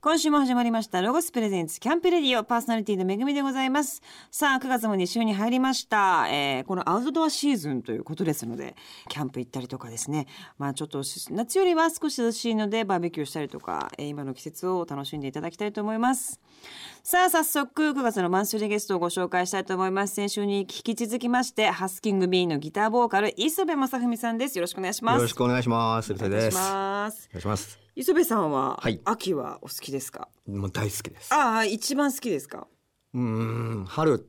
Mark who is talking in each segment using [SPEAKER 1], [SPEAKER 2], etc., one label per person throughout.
[SPEAKER 1] 今週も始まりましたロゴスプレゼンツキャンプレディオパーソナリティのめぐみでございます。さあ、9月も2週に入りました。えーこのアウトドアシーズンということですので、キャンプ行ったりとかですね。まあちょっとし夏よりは少し涼しいのでバーベキューしたりとか、えー今の季節を楽しんでいただきたいと思います。さあ、早速9月のマンスリーゲストをご紹介したいと思います。先週に引き続きまして、ハスキングビーンのギターボーカル磯部正文さんです。よろしくお願いします。
[SPEAKER 2] よろしくお願いします。
[SPEAKER 1] お
[SPEAKER 2] ル
[SPEAKER 1] 願い
[SPEAKER 2] で
[SPEAKER 1] し
[SPEAKER 2] す。お願
[SPEAKER 1] ます。
[SPEAKER 2] いします。
[SPEAKER 1] 磯部さんは、
[SPEAKER 2] はい
[SPEAKER 1] 秋はお好きですか
[SPEAKER 2] もう大好きです。
[SPEAKER 1] ああ一番好きですか
[SPEAKER 2] うーん、春、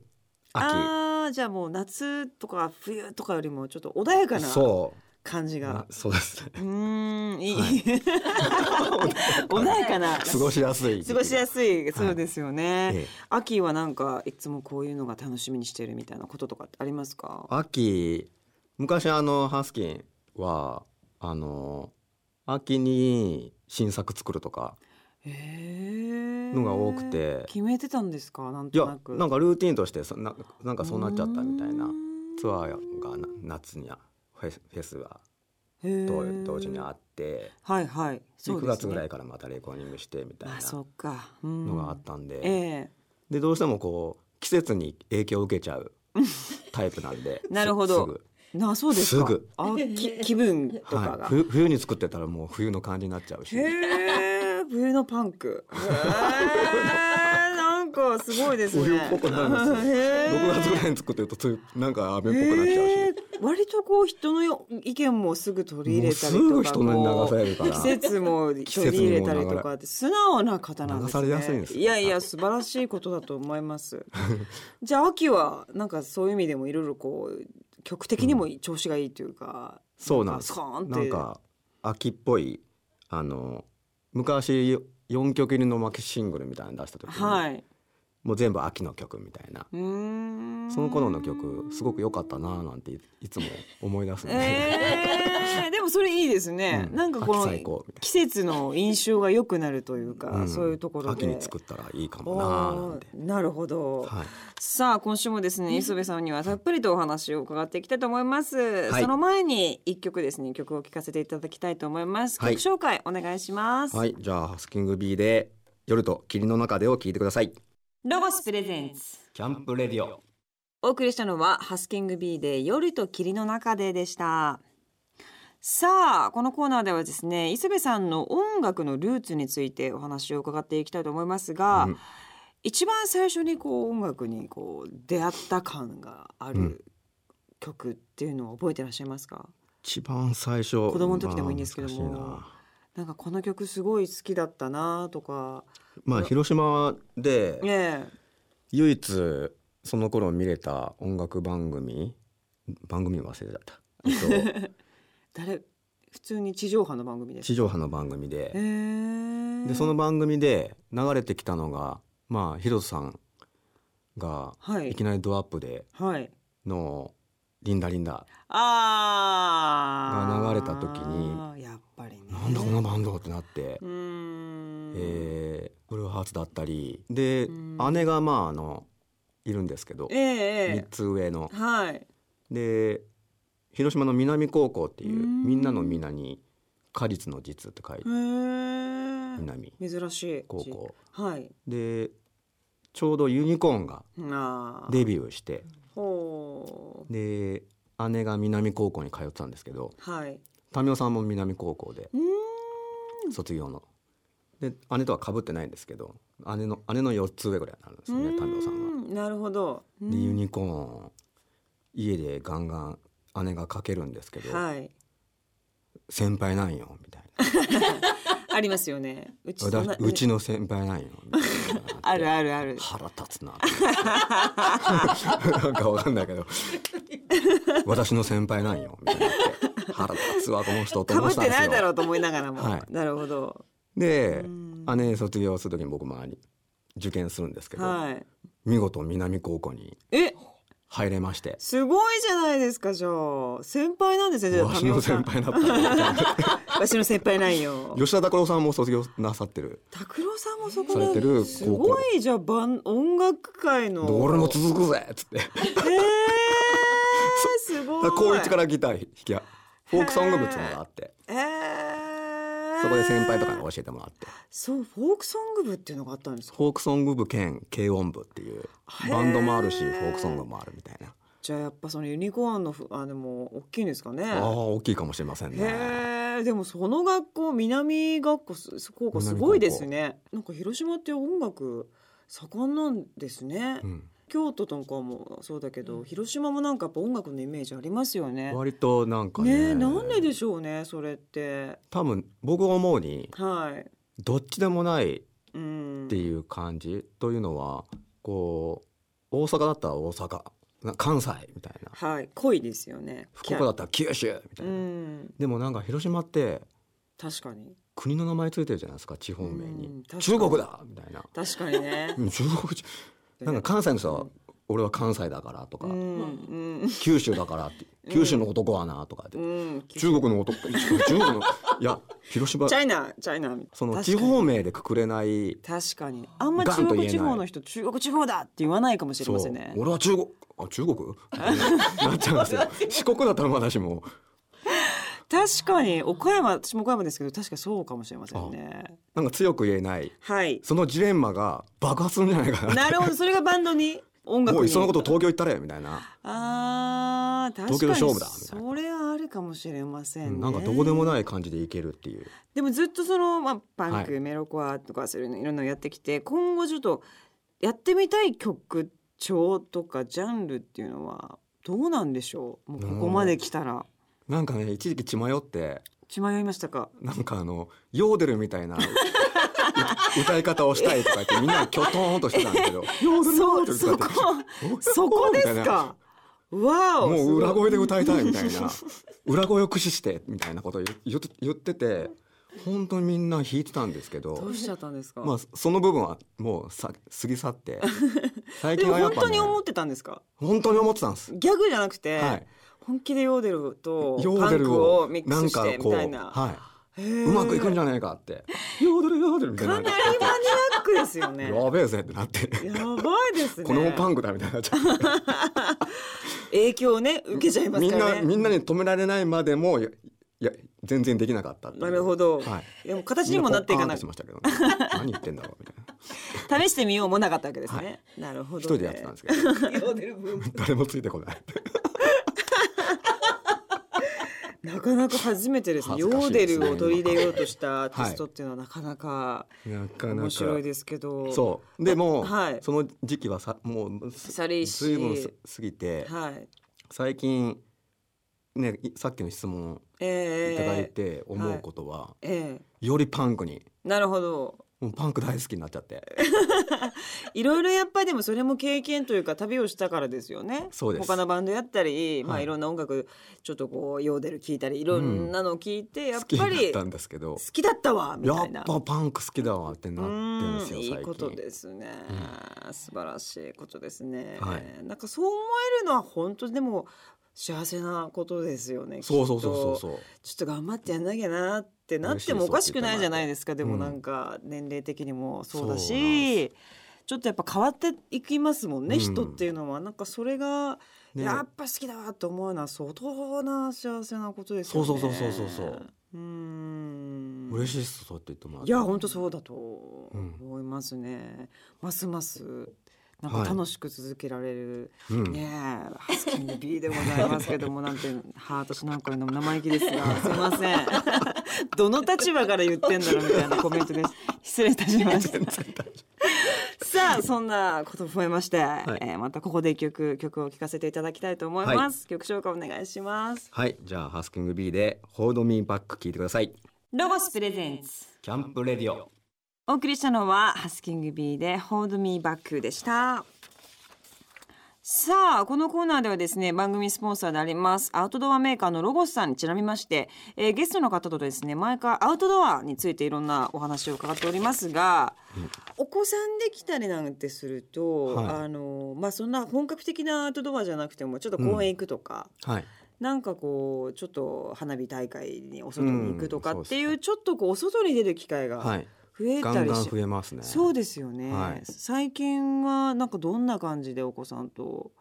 [SPEAKER 2] 秋。
[SPEAKER 1] ああじゃあもう夏とか冬とかよりもちょっと穏やかな
[SPEAKER 2] そ
[SPEAKER 1] 感じ
[SPEAKER 2] う、
[SPEAKER 1] が
[SPEAKER 2] なそうですね
[SPEAKER 1] う。ーんいい、 穏やか な
[SPEAKER 2] 過ごしやすい時期。
[SPEAKER 1] 過ごしや
[SPEAKER 2] す
[SPEAKER 1] すいそうですよね、
[SPEAKER 2] ええ
[SPEAKER 1] 秋はなんかいつもこういうのが楽しみにしてるみたいなこととかってありますか
[SPEAKER 2] 秋、昔あのハスキンはあの秋に新作作るとか
[SPEAKER 1] へえ
[SPEAKER 2] のが多くて、
[SPEAKER 1] 決めてたんですかなん
[SPEAKER 2] い
[SPEAKER 1] とな
[SPEAKER 2] や、
[SPEAKER 1] く
[SPEAKER 2] なんかルーティンとしてそななん
[SPEAKER 1] か
[SPEAKER 2] かそうなっちゃったみたいなツアーがな夏にはフェスフェスが同同時にあって。
[SPEAKER 1] はいはい
[SPEAKER 2] で
[SPEAKER 1] そう
[SPEAKER 2] 9
[SPEAKER 1] です
[SPEAKER 2] 月
[SPEAKER 1] ね
[SPEAKER 2] ぐらいからまたレコーディングしてみたい
[SPEAKER 1] ま
[SPEAKER 2] な
[SPEAKER 1] あそっか、うん
[SPEAKER 2] のがあったんで、
[SPEAKER 1] ええ
[SPEAKER 2] でどうしてもこう季節に影響を受けち ゃうタイプなんで
[SPEAKER 1] なるほど
[SPEAKER 2] すぐ
[SPEAKER 1] なそうですか
[SPEAKER 2] すぐ
[SPEAKER 1] あき気分とかが、
[SPEAKER 2] はい、冬冬に作ってたらもう冬の感じになっちゃうし
[SPEAKER 1] へえ冬のパンクへえなんかすごいですね
[SPEAKER 2] 冬っぽくなりますよ
[SPEAKER 1] へえ
[SPEAKER 2] 6月ぐらいに作ってるとつなんか雨っぽくなっちゃうし、
[SPEAKER 1] へえ割とこう人のよ意見もすぐ取り入
[SPEAKER 2] も
[SPEAKER 1] れ
[SPEAKER 2] う
[SPEAKER 1] たりと
[SPEAKER 2] す
[SPEAKER 1] か
[SPEAKER 2] ぐ人に流さ
[SPEAKER 1] こう
[SPEAKER 2] れるから
[SPEAKER 1] 季節も取り入れたりとかって素直な方なんですね
[SPEAKER 2] 流されやすいんですよ
[SPEAKER 1] いやいや素晴らしいことだと思いますじゃあ秋はなんかそういう意味でもいろいろこう曲的にも調子がいいというか、
[SPEAKER 2] そうなんです
[SPEAKER 1] スコーンって
[SPEAKER 2] なんか秋っぽいあの昔4曲入りの負けシングルみたいなの出した時に、
[SPEAKER 1] はい
[SPEAKER 2] もう全部秋の曲みたいな
[SPEAKER 1] うーん
[SPEAKER 2] その頃の曲すごく良かったなぁなんていいつも思い出すね、
[SPEAKER 1] えー、でもそれいいですね、
[SPEAKER 2] うん
[SPEAKER 1] なんかこ
[SPEAKER 2] 秋
[SPEAKER 1] の
[SPEAKER 2] 最高みたいな
[SPEAKER 1] 季節の印象が良くなるというか、
[SPEAKER 2] ん
[SPEAKER 1] そういうところで
[SPEAKER 2] 秋に作ったらいいかもなぁなん
[SPEAKER 1] お
[SPEAKER 2] て
[SPEAKER 1] ーなるほど、
[SPEAKER 2] はい
[SPEAKER 1] さあ今週もですね磯部さんにはたっぷりとお話を伺っていきたいと思います、
[SPEAKER 2] はい
[SPEAKER 1] その前に一曲ですね曲を聴かせていただきたいと思います、
[SPEAKER 2] はい
[SPEAKER 1] 曲紹介お願いします、
[SPEAKER 2] はい、じゃあハスキング B で夜と霧の中でを聞いてください。
[SPEAKER 1] ロゴスプレゼンツ
[SPEAKER 2] キャンプレディオ。
[SPEAKER 1] お送りしたのはハスキング B で夜と霧の中ででしたさあこのコーナーではですね磯部さんの音楽のルーツについてお話を伺っていきたいと思いますが、
[SPEAKER 2] うん
[SPEAKER 1] 一番最初にこう音楽にこう出会った感があ
[SPEAKER 2] う
[SPEAKER 1] る
[SPEAKER 2] ん
[SPEAKER 1] 曲っていうのを覚えてらっしゃいますか、
[SPEAKER 2] 一番最初。
[SPEAKER 1] 子供の時でもいいんですけども
[SPEAKER 2] まあ難しい
[SPEAKER 1] な
[SPEAKER 2] な
[SPEAKER 1] んかこの曲すごい好きだったなとか
[SPEAKER 2] まあ広島で
[SPEAKER 1] ね
[SPEAKER 2] 唯一その頃見れた音楽番組番組忘れちゃった。 えっ
[SPEAKER 1] 誰普通に地上波の番組で
[SPEAKER 2] と
[SPEAKER 1] す
[SPEAKER 2] 地上波の番組
[SPEAKER 1] へ
[SPEAKER 2] で、
[SPEAKER 1] ー
[SPEAKER 2] でその番組で流れてきたのがまあヒロさんが
[SPEAKER 1] はい
[SPEAKER 2] いきなりドアップで
[SPEAKER 1] はい
[SPEAKER 2] のリンダリンダ
[SPEAKER 1] あー
[SPEAKER 2] が流れた時に
[SPEAKER 1] やっぱりね
[SPEAKER 2] なんだこのバンドってなって
[SPEAKER 1] うーん
[SPEAKER 2] えー、ブルーハーツだったりで、
[SPEAKER 1] うん
[SPEAKER 2] 姉がまああのいるんですけど、
[SPEAKER 1] ええ
[SPEAKER 2] 3つ上の。
[SPEAKER 1] はい
[SPEAKER 2] で広島の南高校っていう
[SPEAKER 1] うん
[SPEAKER 2] みんなのみなに果実の実って書いて
[SPEAKER 1] へー
[SPEAKER 2] 南
[SPEAKER 1] 珍しい
[SPEAKER 2] 高校
[SPEAKER 1] はい
[SPEAKER 2] でちょうどユニコーンが
[SPEAKER 1] あー
[SPEAKER 2] デビューして
[SPEAKER 1] ほう
[SPEAKER 2] で姉が南高校に通ってたんですけど
[SPEAKER 1] はい
[SPEAKER 2] 民生さんも南高校で
[SPEAKER 1] うーん
[SPEAKER 2] 卒業の。で姉とは被ってないんですけど姉の姉の4つ上ぐらいになるんですよね民生さんは。
[SPEAKER 1] うーんなるほど
[SPEAKER 2] でユ
[SPEAKER 1] ニ
[SPEAKER 2] ニコーン家でガンガン姉がかけるんですけど、
[SPEAKER 1] はい
[SPEAKER 2] 先輩なんよみたいな
[SPEAKER 1] ありますよねうち
[SPEAKER 2] 私
[SPEAKER 1] な
[SPEAKER 2] うちの先輩なんよみたいな
[SPEAKER 1] あるある ある
[SPEAKER 2] 腹立つななんかわかんない けど私の先輩なんよみたいになって腹立つわこの人と
[SPEAKER 1] かぶ
[SPEAKER 2] 思って
[SPEAKER 1] った
[SPEAKER 2] ん
[SPEAKER 1] て
[SPEAKER 2] です
[SPEAKER 1] ない
[SPEAKER 2] よ
[SPEAKER 1] だろうと思いながらも、
[SPEAKER 2] はい
[SPEAKER 1] なるほど
[SPEAKER 2] で
[SPEAKER 1] うん
[SPEAKER 2] 姉卒業する時に僕も兄受験するんですけど、
[SPEAKER 1] はい
[SPEAKER 2] 見事南高校に
[SPEAKER 1] え
[SPEAKER 2] 入れまして
[SPEAKER 1] すごいじゃないですかじゃあ先輩なんですねじゃあ
[SPEAKER 2] わしの先輩だったん だ
[SPEAKER 1] わしの先輩なんよ。
[SPEAKER 2] 吉田拓郎さんも卒業なさってる
[SPEAKER 1] 拓郎さんもそこ
[SPEAKER 2] されて
[SPEAKER 1] で
[SPEAKER 2] る
[SPEAKER 1] すごいじゃあバン音楽界の。
[SPEAKER 2] 俺も続くぜっつって
[SPEAKER 1] えー、すごい。
[SPEAKER 2] 高一からギター弾きやフォークソング部っていうのがあって
[SPEAKER 1] え
[SPEAKER 2] そこで先輩とかに教えてもらって
[SPEAKER 1] そうフォークソング部っていうのがあったんですか
[SPEAKER 2] フォークソング部兼軽音部っていう
[SPEAKER 1] へー
[SPEAKER 2] バンドもあるしフォークソングもあるみたいな
[SPEAKER 1] じゃあやっぱそのユニコーンのふあでも大きいんですかね
[SPEAKER 2] ああ大きいかもしれませんね
[SPEAKER 1] へえでもその学校南学校す高校すごいですねなんか広島って音楽盛んなんですね、
[SPEAKER 2] うん
[SPEAKER 1] 京都とかもそうだけど広島もなんかやっぱ音楽のイメージありますよね
[SPEAKER 2] 割となんか
[SPEAKER 1] ね
[SPEAKER 2] ね
[SPEAKER 1] えなんででしょうねそれって
[SPEAKER 2] 多分僕が思うに
[SPEAKER 1] はい
[SPEAKER 2] どっちでもない
[SPEAKER 1] うん
[SPEAKER 2] っていう感じというのはこう大阪だったら大阪な関西みたいな
[SPEAKER 1] はい濃いですよね
[SPEAKER 2] 福岡だったら九州みたいうな、
[SPEAKER 1] ん
[SPEAKER 2] でもなんか広島って
[SPEAKER 1] 確かに
[SPEAKER 2] 国の名前ついてるじゃないですか地方名に、
[SPEAKER 1] うん確かに
[SPEAKER 2] 中国だみたいな
[SPEAKER 1] 確かにね
[SPEAKER 2] うん中国人 なんか関西の人は俺は関西だからとか、
[SPEAKER 1] うんうん
[SPEAKER 2] 九州だからって
[SPEAKER 1] うん
[SPEAKER 2] 九州の男はなとかで、
[SPEAKER 1] うん
[SPEAKER 2] 中国の男中国のいや広島
[SPEAKER 1] チャイナチャイナ
[SPEAKER 2] その
[SPEAKER 1] 確かに
[SPEAKER 2] 地方名でくくれない
[SPEAKER 1] 確かにあんま
[SPEAKER 2] ガ
[SPEAKER 1] 中
[SPEAKER 2] ンと言えない
[SPEAKER 1] 国地方の人中国地方だって言わないかもしれませんね
[SPEAKER 2] そう俺は中国あ中 国なっちゃうんですよ四国だったらまだしも
[SPEAKER 1] 確かに岡山私も岡山ですけど確かそうかもしれませんね
[SPEAKER 2] なんか強く言えない
[SPEAKER 1] はい
[SPEAKER 2] そのジレンマが爆発するんじゃないかな
[SPEAKER 1] なるほどそれがバンドに音楽
[SPEAKER 2] もうい
[SPEAKER 1] に
[SPEAKER 2] っそのこと東京行ったれみたいな、
[SPEAKER 1] あー確
[SPEAKER 2] 東
[SPEAKER 1] か
[SPEAKER 2] 京
[SPEAKER 1] に
[SPEAKER 2] の勝負だみたいな
[SPEAKER 1] それはあるかもしれませんね、
[SPEAKER 2] なんかどこでも
[SPEAKER 1] い
[SPEAKER 2] ない感じでいけるっていう
[SPEAKER 1] でもずっとその、まあ、パンク、
[SPEAKER 2] は
[SPEAKER 1] メロコアとかそういうのいろんなのやってきて今後ちょっとやってみたい曲調とかジャンルっていうのはどうなんでしょうもうここまで来たら
[SPEAKER 2] なんかね一時期血迷って
[SPEAKER 1] 血迷いましたか
[SPEAKER 2] なんかあのヨーデルみたいなう 歌い方をしたいとか言ってみんなきょとんとしてたんだけどヨーデルヨー
[SPEAKER 1] そ
[SPEAKER 2] デル
[SPEAKER 1] そこ
[SPEAKER 2] とか言って
[SPEAKER 1] そこで
[SPEAKER 2] みた
[SPEAKER 1] す
[SPEAKER 2] いな
[SPEAKER 1] かわお
[SPEAKER 2] もう裏声で歌いたいみたい
[SPEAKER 1] そ
[SPEAKER 2] な裏声を駆使してみたいなことを言言って言ってて本当にみんな弾いてたんですけ
[SPEAKER 1] ど
[SPEAKER 2] ど
[SPEAKER 1] うしちゃったんですか、
[SPEAKER 2] まあその部分はもうさ過ぎ去って 最
[SPEAKER 1] で
[SPEAKER 2] 近
[SPEAKER 1] も
[SPEAKER 2] はやっ
[SPEAKER 1] 本
[SPEAKER 2] ぱ、ね、
[SPEAKER 1] 当に思ってたんですか
[SPEAKER 2] 本当に思ってたんです。
[SPEAKER 1] ギャグじゃなくて、
[SPEAKER 2] はい、
[SPEAKER 1] 本気でヨーデルと
[SPEAKER 2] ヨ
[SPEAKER 1] パ
[SPEAKER 2] ー
[SPEAKER 1] ン
[SPEAKER 2] デ
[SPEAKER 1] ク
[SPEAKER 2] ル
[SPEAKER 1] を
[SPEAKER 2] を
[SPEAKER 1] ミッ
[SPEAKER 2] な
[SPEAKER 1] ク
[SPEAKER 2] ん
[SPEAKER 1] スし
[SPEAKER 2] か
[SPEAKER 1] てみ
[SPEAKER 2] こう
[SPEAKER 1] たいな
[SPEAKER 2] はいう
[SPEAKER 1] う
[SPEAKER 2] まくいくんじ
[SPEAKER 1] ゃ
[SPEAKER 2] ゃないかってヨーデルヨーデルみたい
[SPEAKER 1] かな
[SPEAKER 2] な
[SPEAKER 1] りマニアックですよね
[SPEAKER 2] やべえぜってなって
[SPEAKER 1] やばいですね
[SPEAKER 2] このパンクだみたいになっちゃって
[SPEAKER 1] 影響をね受けちゃいます
[SPEAKER 2] みん
[SPEAKER 1] から
[SPEAKER 2] な
[SPEAKER 1] ね
[SPEAKER 2] みんなに止められないまでもいやいや全然できなかったっていう
[SPEAKER 1] なるほど、
[SPEAKER 2] はい
[SPEAKER 1] でも形にもなっていかな
[SPEAKER 2] み
[SPEAKER 1] く
[SPEAKER 2] んポカーンってしましたけど、ね、何言ってんだろうみたいな
[SPEAKER 1] 試してみようもなかったわけですね、なるほど、ね、
[SPEAKER 2] 一人でやってたんですすけど
[SPEAKER 1] ヨーデルブーム
[SPEAKER 2] 誰もついてこない
[SPEAKER 1] なかなか初めてですね
[SPEAKER 2] 恥ず
[SPEAKER 1] ヨ
[SPEAKER 2] かし
[SPEAKER 1] ー
[SPEAKER 2] いで
[SPEAKER 1] デ
[SPEAKER 2] すね
[SPEAKER 1] ルを取り入れようとしたアーティストっていうのはなかなか
[SPEAKER 2] なかなか
[SPEAKER 1] 面白いですけど
[SPEAKER 2] そうでも、
[SPEAKER 1] はい
[SPEAKER 2] その時期はさもうす
[SPEAKER 1] 寂しい
[SPEAKER 2] 随分す過ぎて
[SPEAKER 1] はい
[SPEAKER 2] 最近ねいさっきの質問いただい
[SPEAKER 1] ええ
[SPEAKER 2] て思うことは、
[SPEAKER 1] ええ
[SPEAKER 2] よりパンクに
[SPEAKER 1] なるほど
[SPEAKER 2] もうパンク大好きになっちゃって
[SPEAKER 1] いろいろやっぱりでもそれも経験というか旅をしたからですよね。
[SPEAKER 2] そうです
[SPEAKER 1] 他のバンドやったり、まあ
[SPEAKER 2] はい
[SPEAKER 1] いろんな音楽ちょっとこうヨーデル聞いたりいろんなのを聞いて、やっ
[SPEAKER 2] 好きに
[SPEAKER 1] ぱ
[SPEAKER 2] なっ
[SPEAKER 1] り
[SPEAKER 2] た
[SPEAKER 1] 好
[SPEAKER 2] んですけど
[SPEAKER 1] きだったわみ
[SPEAKER 2] や
[SPEAKER 1] たい
[SPEAKER 2] っ
[SPEAKER 1] な。
[SPEAKER 2] ぱパンク好きだわってな
[SPEAKER 1] う
[SPEAKER 2] ってるんです
[SPEAKER 1] ん
[SPEAKER 2] よ
[SPEAKER 1] いい
[SPEAKER 2] 最
[SPEAKER 1] こと
[SPEAKER 2] 近
[SPEAKER 1] ですね、素晴らしいことですね、
[SPEAKER 2] はい
[SPEAKER 1] なんかそう思えるのは本当でも幸せなことですよね
[SPEAKER 2] そうそうそうそう
[SPEAKER 1] う
[SPEAKER 2] そう
[SPEAKER 1] ちょっと頑張ってやんなきゃなってなってもおかしくないじゃないですかでもなんか年齢的にもそうだ
[SPEAKER 2] そうなん
[SPEAKER 1] し、ちょっとやっぱ変わっていきますもんね、
[SPEAKER 2] うん
[SPEAKER 1] 人っていうのはなんかそれが、
[SPEAKER 2] ね
[SPEAKER 1] やっぱ好きだわと思うのは相当な幸せなことですよね
[SPEAKER 2] そうそうそうそうそう
[SPEAKER 1] うーん
[SPEAKER 2] 嬉しいっすそうやって言ってもらっ
[SPEAKER 1] い
[SPEAKER 2] て
[SPEAKER 1] や本当そうだと
[SPEAKER 2] うん
[SPEAKER 1] 思いますね、ますますなんか楽しく続けられる、
[SPEAKER 2] うん
[SPEAKER 1] ねえハスキング B でございますけどもなんてはあ私なんかの生意気ですがすいません どの立場から言ってんだろうみたいなコメントです失礼いたしま したさあそんなことを踏まえまして、
[SPEAKER 2] い
[SPEAKER 1] えーまたここで一曲曲を聴かせていただきたいと思います、曲紹介お願いします
[SPEAKER 2] はいじゃあハスキング B で「Hold Me Back」聞いてください
[SPEAKER 1] ロゴスプレゼンツ
[SPEAKER 2] キャンプレディオ
[SPEAKER 1] お送りしたのはハスキング B で Hold Me Back でしたさあこのコーナーではですね番組スポンサーでありますアウトドアメーカーのロゴスさんにちなみまして、えーゲストの方とですね毎回アウトドアについていろんなお話を伺っておりますが、お子さんできたりなんてすると、
[SPEAKER 2] はい
[SPEAKER 1] あのまあそんな本格的なアウトドアじゃなくてもちょっと公園行くとか、
[SPEAKER 2] はい
[SPEAKER 1] なんかこうちょっと花火大会にお外に行くとか
[SPEAKER 2] うん
[SPEAKER 1] っていう,、
[SPEAKER 2] そうですね
[SPEAKER 1] ちょっとこうお外に出る機会
[SPEAKER 2] は
[SPEAKER 1] が
[SPEAKER 2] い
[SPEAKER 1] 増えたりし、
[SPEAKER 2] ガンガン増えますね
[SPEAKER 1] そうですよね、
[SPEAKER 2] はい
[SPEAKER 1] 最近はなんかどんな感じでお子さんと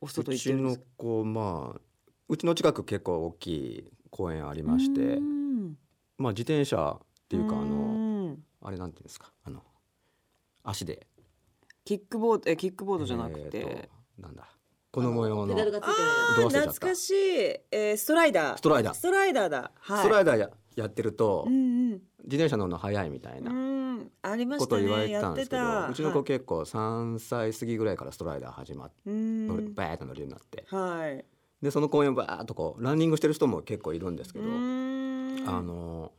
[SPEAKER 1] お外
[SPEAKER 2] う
[SPEAKER 1] 行って
[SPEAKER 2] ち
[SPEAKER 1] るんで
[SPEAKER 2] の
[SPEAKER 1] すか
[SPEAKER 2] 子まあうちの近く結構大きい公園ありまして
[SPEAKER 1] うーん
[SPEAKER 2] まあ自転車っていうかあの
[SPEAKER 1] の
[SPEAKER 2] あれなんていうんですかあの足で
[SPEAKER 1] キックボードえキックボードじゃなくて、
[SPEAKER 2] えーとなんだこの模様の
[SPEAKER 3] ペダルがついて
[SPEAKER 1] ああ
[SPEAKER 2] どう忘れちゃった
[SPEAKER 1] 懐かしい、えー、ストライダー
[SPEAKER 2] ストライダー
[SPEAKER 1] ストライダーだはい
[SPEAKER 2] ストライダーややってると
[SPEAKER 1] うんうん
[SPEAKER 2] 自転車乗るの早いみたいな
[SPEAKER 1] うんありま
[SPEAKER 2] こ
[SPEAKER 1] した
[SPEAKER 2] とを言われ
[SPEAKER 1] ね
[SPEAKER 2] てた
[SPEAKER 1] やっ
[SPEAKER 2] んで
[SPEAKER 1] て
[SPEAKER 2] すけど、
[SPEAKER 1] た
[SPEAKER 2] うちの子
[SPEAKER 1] はい
[SPEAKER 2] 結構3歳過ぎぐらいからストライダー始まって、
[SPEAKER 1] うん
[SPEAKER 2] 乗るバーッと乗るようになって
[SPEAKER 1] はい
[SPEAKER 2] でその公園をバーッとこうランニングしてる人も結構いるんですけど、
[SPEAKER 1] うん
[SPEAKER 2] あの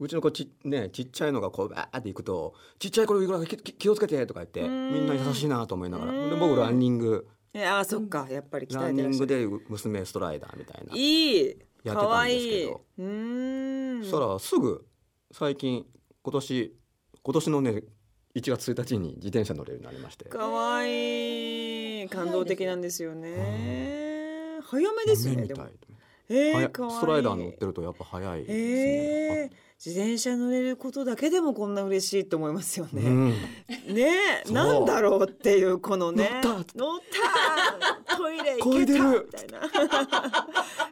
[SPEAKER 2] うちの子ち,、ね、ちっちゃいのがこうバーっていくと「ちっちゃい子いるからき気をつけて」とか言って
[SPEAKER 1] うん
[SPEAKER 2] みんな優しいなと思いながら
[SPEAKER 1] うん
[SPEAKER 2] で僕ランニング
[SPEAKER 1] いやあそっかやっぱり鍛
[SPEAKER 2] ラ
[SPEAKER 1] え
[SPEAKER 2] ン
[SPEAKER 1] て
[SPEAKER 2] ニ
[SPEAKER 1] らっ
[SPEAKER 2] ン
[SPEAKER 1] しゃ
[SPEAKER 2] グ
[SPEAKER 1] る
[SPEAKER 2] で娘ストライダーみたいな。
[SPEAKER 1] いい
[SPEAKER 2] やって
[SPEAKER 1] か
[SPEAKER 2] た
[SPEAKER 1] わ
[SPEAKER 2] んです
[SPEAKER 1] い
[SPEAKER 2] け
[SPEAKER 1] い
[SPEAKER 2] ど
[SPEAKER 1] うん
[SPEAKER 2] そしたらすぐ最近今年今年のね1月1日に自転車乗れるようになりまして
[SPEAKER 1] かわいい感動的なんですよね早めです
[SPEAKER 2] 夢
[SPEAKER 1] ね
[SPEAKER 2] み
[SPEAKER 1] で
[SPEAKER 2] た
[SPEAKER 1] も
[SPEAKER 2] い
[SPEAKER 1] え
[SPEAKER 2] は
[SPEAKER 1] ー、
[SPEAKER 2] や
[SPEAKER 1] かわいい
[SPEAKER 2] ストライダー乗ってるとやっぱ早いですね。
[SPEAKER 1] えー自転車乗れることだけでもこんな嬉しいと思いますよ
[SPEAKER 2] あ
[SPEAKER 1] ね、
[SPEAKER 2] うん
[SPEAKER 1] ねえ
[SPEAKER 2] そう
[SPEAKER 1] なんだろうっていうこのね
[SPEAKER 2] 乗った
[SPEAKER 1] 乗 ったトイレ行
[SPEAKER 2] 漕い
[SPEAKER 1] け
[SPEAKER 2] で
[SPEAKER 1] たみ
[SPEAKER 2] る
[SPEAKER 1] たい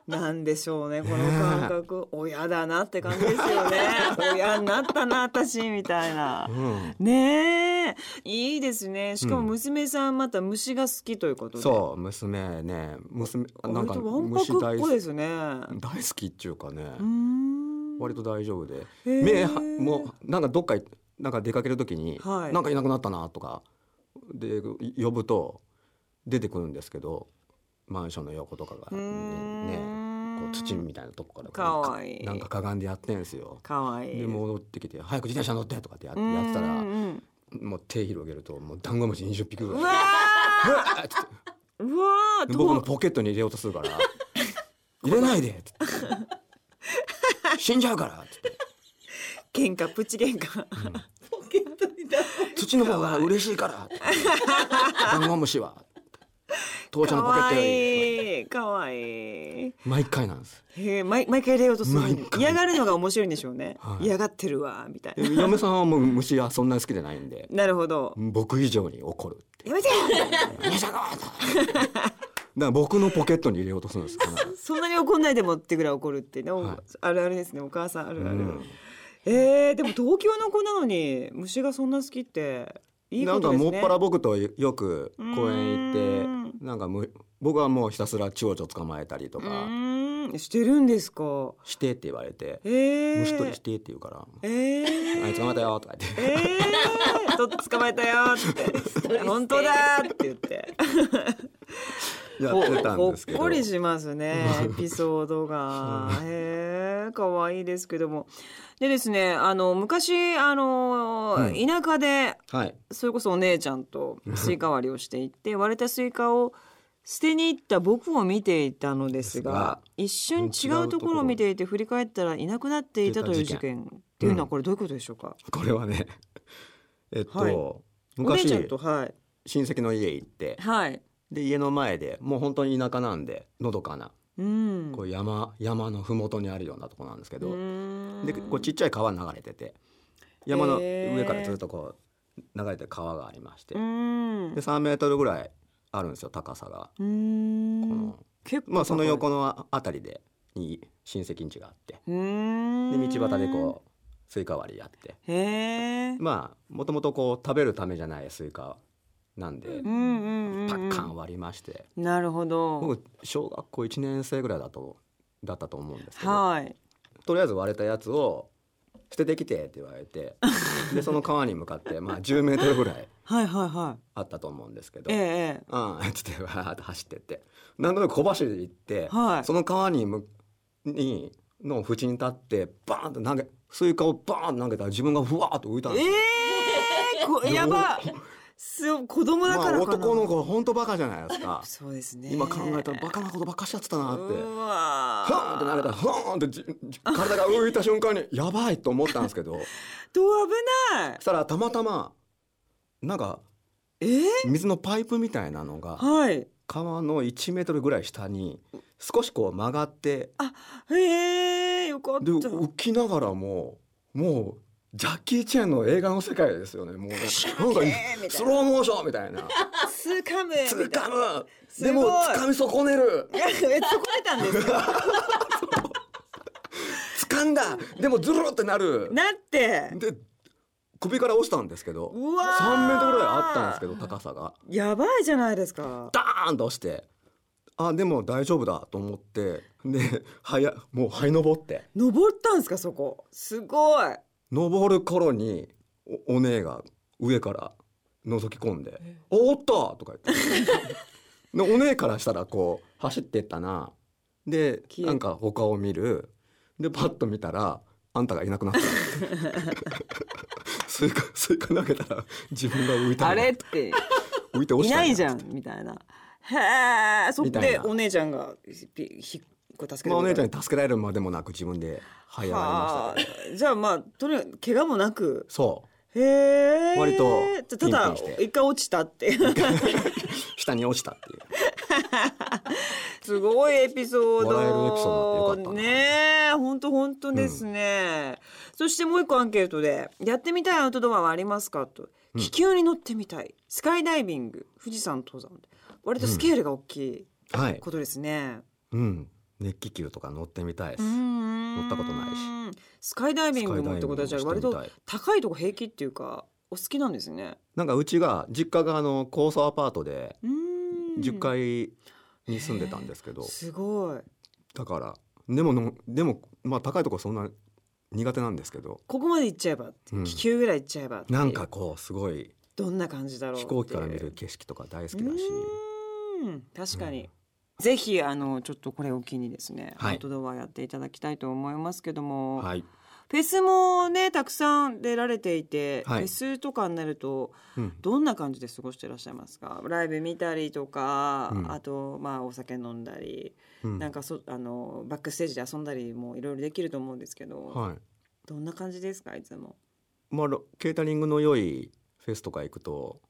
[SPEAKER 1] な なんでしょうねこの感覚、親だなって感じですよね親になったな私みたいな
[SPEAKER 2] うん
[SPEAKER 1] ねえいいですねしかも娘さんまた虫が好きということで、
[SPEAKER 2] そう娘ね娘なん
[SPEAKER 1] 割
[SPEAKER 2] か
[SPEAKER 1] とわんぱ
[SPEAKER 2] 虫
[SPEAKER 1] く
[SPEAKER 2] 大
[SPEAKER 1] っ
[SPEAKER 2] 好
[SPEAKER 1] 子
[SPEAKER 2] き
[SPEAKER 1] ですね
[SPEAKER 2] 大好きっていうかね、
[SPEAKER 1] うーん
[SPEAKER 2] 割と大丈夫で
[SPEAKER 1] へえ
[SPEAKER 2] 目はもうなんかどっかいなんか出かける時に、
[SPEAKER 1] はい
[SPEAKER 2] なんかいなくなったなとかでい呼ぶと出てくるんですけどマンションの横とかが
[SPEAKER 1] うーん
[SPEAKER 2] ねこう土みたいなとこから
[SPEAKER 1] か
[SPEAKER 2] こう
[SPEAKER 1] わいい
[SPEAKER 2] なんかかがんでやってんすよ。
[SPEAKER 1] かわいい
[SPEAKER 2] で戻ってきて「早く自転車乗って!」とかってややってたら
[SPEAKER 1] うんうん
[SPEAKER 2] もう手広げるともうダンゴムシ20匹ぐ
[SPEAKER 1] う
[SPEAKER 2] らい
[SPEAKER 1] わ
[SPEAKER 2] えっつって
[SPEAKER 1] ーうわーどう
[SPEAKER 2] 僕のポケットに入れようとす るから「入れないで!」っつって「死んじゃうから!」っつって
[SPEAKER 1] 喧嘩プチ喧嘩
[SPEAKER 3] ポケットにだ
[SPEAKER 2] 土の方が嬉しいから。ダンゴムシは。父ちゃん
[SPEAKER 1] か
[SPEAKER 2] のポケッ
[SPEAKER 1] わ
[SPEAKER 2] トより。
[SPEAKER 1] いいかわいい
[SPEAKER 2] 毎回なんです。
[SPEAKER 1] へえ毎毎回入れようとする
[SPEAKER 2] 毎回
[SPEAKER 1] 嫌がるのが面白いんでしょうね、
[SPEAKER 2] はい
[SPEAKER 1] 嫌がってるわみたいな
[SPEAKER 2] 嫁さんはもう虫はそんなに好きじゃないんで、
[SPEAKER 1] なるほど
[SPEAKER 2] 僕以上に怒るって。
[SPEAKER 1] やめて
[SPEAKER 2] よいしょだから僕のポケットに入れようとするんです。必ず
[SPEAKER 1] そんなに怒んないでもってぐらい怒るってね、
[SPEAKER 2] はい
[SPEAKER 1] あるあるですねお母さんあ
[SPEAKER 2] う
[SPEAKER 1] るある、
[SPEAKER 2] ん
[SPEAKER 1] えー、でも東京の子なのに虫がそんな好きっていい
[SPEAKER 2] な
[SPEAKER 1] こ
[SPEAKER 2] んか
[SPEAKER 1] とです
[SPEAKER 2] も
[SPEAKER 1] ね
[SPEAKER 2] っぱら僕とよく公園
[SPEAKER 1] う
[SPEAKER 2] 行っ
[SPEAKER 1] ん
[SPEAKER 2] て、なんかむ僕はもうひたすら蝶々捕まえたりと
[SPEAKER 1] う
[SPEAKER 2] か
[SPEAKER 1] ーんしてるんですか
[SPEAKER 2] してって言われて、
[SPEAKER 1] えー、
[SPEAKER 2] 虫取りしてって言うから、
[SPEAKER 1] えー、
[SPEAKER 2] あい捕まえたよとか言って。
[SPEAKER 1] えー、ちょっと捕まえたよって本当だって言って
[SPEAKER 2] や
[SPEAKER 1] ほ
[SPEAKER 2] ってたんですけど。
[SPEAKER 1] ほっこりしますねエピソード がへえ可愛いですけどもでですねあの昔あの、
[SPEAKER 2] うん
[SPEAKER 1] 田舎で
[SPEAKER 2] はい。
[SPEAKER 1] それこそお姉ちゃんとスイカ割りをしていて割れたスイカを捨てに行った僕を見ていたのですが一瞬違うところを見ていて振り返ったらいなくなっていたという事件っていうのはこれどういうことでしょうか、
[SPEAKER 2] これはねえっと、
[SPEAKER 1] はいお姉
[SPEAKER 2] 昔
[SPEAKER 1] ちゃんとはい
[SPEAKER 2] 親戚の家行って
[SPEAKER 1] はい
[SPEAKER 2] で家の前でもう本当に田舎なんでのどかな、
[SPEAKER 1] うん
[SPEAKER 2] こう山山の麓にあるようなとこなんですけど、
[SPEAKER 1] で
[SPEAKER 2] でこうちっちゃい川流れてて山の上からずっとこう流れてる川がありまして、
[SPEAKER 1] うん
[SPEAKER 2] で3メートルぐらいあるんですよ高さが。
[SPEAKER 1] う
[SPEAKER 2] こ
[SPEAKER 1] ん
[SPEAKER 2] の
[SPEAKER 1] 結構
[SPEAKER 2] まあ、その横のあたりでに親戚ん家があって
[SPEAKER 1] で
[SPEAKER 2] で道
[SPEAKER 1] 道
[SPEAKER 2] 端でこうスイカ割りやって
[SPEAKER 1] うへえ
[SPEAKER 2] まあもともとこう食べるためじゃないスイカなんで、
[SPEAKER 1] うんうんうんうん
[SPEAKER 2] パッカン割りまして、
[SPEAKER 1] なるほど
[SPEAKER 2] 僕小学校1年生ぐらいだとだったと思うんですけど、
[SPEAKER 1] はい
[SPEAKER 2] とりあえず割れたやつを捨ててきてって言われ てでその川に向かってまあ10メートルぐらい
[SPEAKER 1] はいはいはい
[SPEAKER 2] あったと思うんですけど
[SPEAKER 1] ええええ
[SPEAKER 2] うんつってわーっと走ってってなんとなく小走りで行って、
[SPEAKER 1] はい
[SPEAKER 2] その川にむにの縁に立ってバーンと投げスイカをバーンと投げたら自分がふわーっと浮いたんですよ。
[SPEAKER 1] ええこやばそう子供だ
[SPEAKER 2] ま
[SPEAKER 1] か
[SPEAKER 2] あ、
[SPEAKER 1] らかな、。
[SPEAKER 2] 男の子は本当バカじゃないですか
[SPEAKER 1] そうですね
[SPEAKER 2] 今考えたらバカなことばっかしやってたなって。
[SPEAKER 1] うわ
[SPEAKER 2] ふーんって投げたらふーんってじじ体が浮いた瞬間にやばいと思ったんです けど
[SPEAKER 1] どう危ない
[SPEAKER 2] そしたらたまたまなんか
[SPEAKER 1] ええ
[SPEAKER 2] 水のパイプみたいなのが
[SPEAKER 1] はい
[SPEAKER 2] 川の1メートルぐらい下に少しこう曲がって
[SPEAKER 1] へえよかった
[SPEAKER 2] で浮きながらももうジャッキー・チェンの映画の世界ですよねもうねなんかスローモーションみたいな
[SPEAKER 1] つかむ
[SPEAKER 2] 「つ
[SPEAKER 1] みたい
[SPEAKER 2] かむ!」
[SPEAKER 1] すご
[SPEAKER 2] で
[SPEAKER 1] い
[SPEAKER 2] も掴み損ねる
[SPEAKER 1] なえそこれたんですか
[SPEAKER 2] 掴なんだでもズルってなる
[SPEAKER 1] なって
[SPEAKER 2] で首から落ちたんですけど
[SPEAKER 1] うわー
[SPEAKER 2] 3メートルぐらいあったんですけど高さが
[SPEAKER 1] やばいじゃないですか
[SPEAKER 2] ダーンと落ちてあでも大丈夫だと思ってではやもう這い登って
[SPEAKER 1] 登ったんですかそこすごい
[SPEAKER 2] 登る頃におお姉が上から覗き込んで「おおっと!」とか言 ってでお姉からしたらこう走ってったなで
[SPEAKER 1] え
[SPEAKER 2] なんか他を見るでパッと見たらあんたがい なくなった スイカスイカ投げたら自分が浮いた
[SPEAKER 1] あ
[SPEAKER 2] の
[SPEAKER 1] れって
[SPEAKER 2] 浮いて落
[SPEAKER 1] い
[SPEAKER 2] ちた
[SPEAKER 1] ないじ
[SPEAKER 2] ん
[SPEAKER 1] ゃんみたいなへえそっ
[SPEAKER 2] みたい
[SPEAKER 1] で
[SPEAKER 2] な
[SPEAKER 1] お姉ちゃんがひひこう助けてくれ
[SPEAKER 2] だ、
[SPEAKER 1] た
[SPEAKER 2] まあ、お姉ちゃんに助けられるまでもなく自分で這い上がりまし
[SPEAKER 1] は
[SPEAKER 2] たけど
[SPEAKER 1] あじゃあまあとにかく怪我もなく
[SPEAKER 2] そう
[SPEAKER 1] へえ
[SPEAKER 2] 割と
[SPEAKER 1] ただ
[SPEAKER 2] ピンピンして
[SPEAKER 1] 一回落ちたって
[SPEAKER 2] 下に落ちたっていう
[SPEAKER 1] すごいエピソード
[SPEAKER 2] 笑えるエピソードになってよかったな
[SPEAKER 1] ねえ本当本当ですね、そしてもう一個アンケートで「やってみたいアウトドアはありますか?」と「
[SPEAKER 2] うん
[SPEAKER 1] 気球に乗ってみたい」スカイダイビング」「富士山登山」割とスケールが大きい
[SPEAKER 2] はい
[SPEAKER 1] ことですね。
[SPEAKER 2] うん熱気球とか乗ってみたいです、
[SPEAKER 1] 乗
[SPEAKER 2] ったことないし
[SPEAKER 1] スカイダイビングもってことは
[SPEAKER 2] ス
[SPEAKER 1] じ
[SPEAKER 2] カ
[SPEAKER 1] ゃ
[SPEAKER 2] イ
[SPEAKER 1] あ割
[SPEAKER 2] ダイビングもしてみたい
[SPEAKER 1] と高いとこ平気っていうかお好きなんですね。
[SPEAKER 2] なんかうちが実家があの高層アパートで
[SPEAKER 1] うーん
[SPEAKER 2] 10階に住んでたんですけど、
[SPEAKER 1] すごい
[SPEAKER 2] だからでものでもまあ高いとこそんな苦手なんですけど、
[SPEAKER 1] ここまで行っちゃえば、
[SPEAKER 2] うん
[SPEAKER 1] 気球ぐらい行っちゃえばっていう
[SPEAKER 2] なんかこうすごい
[SPEAKER 1] どんな感じだろうってい
[SPEAKER 2] 飛
[SPEAKER 1] う
[SPEAKER 2] 行機から見る景色とか大好きだし、
[SPEAKER 1] うーん確かに、
[SPEAKER 2] うん
[SPEAKER 1] ぜひあのちょっとこれを機にですね、
[SPEAKER 2] はい
[SPEAKER 1] アウトドアやっていただきたいと思いますけども、
[SPEAKER 2] はい、
[SPEAKER 1] フェスもねたくさん出られていて、
[SPEAKER 2] はい
[SPEAKER 1] フェスとかになると
[SPEAKER 2] うん、
[SPEAKER 1] どんな感じで過ごしていらっしゃいますかライブ見たりとか、
[SPEAKER 2] うん
[SPEAKER 1] あとまあお酒飲んだり、
[SPEAKER 2] うん
[SPEAKER 1] なんかそあのバックステージで遊んだりもいろいろできると思うんですけど、
[SPEAKER 2] はい、
[SPEAKER 1] どんな感じですかいつも
[SPEAKER 2] まあロケータリングの良いフェスとか行くと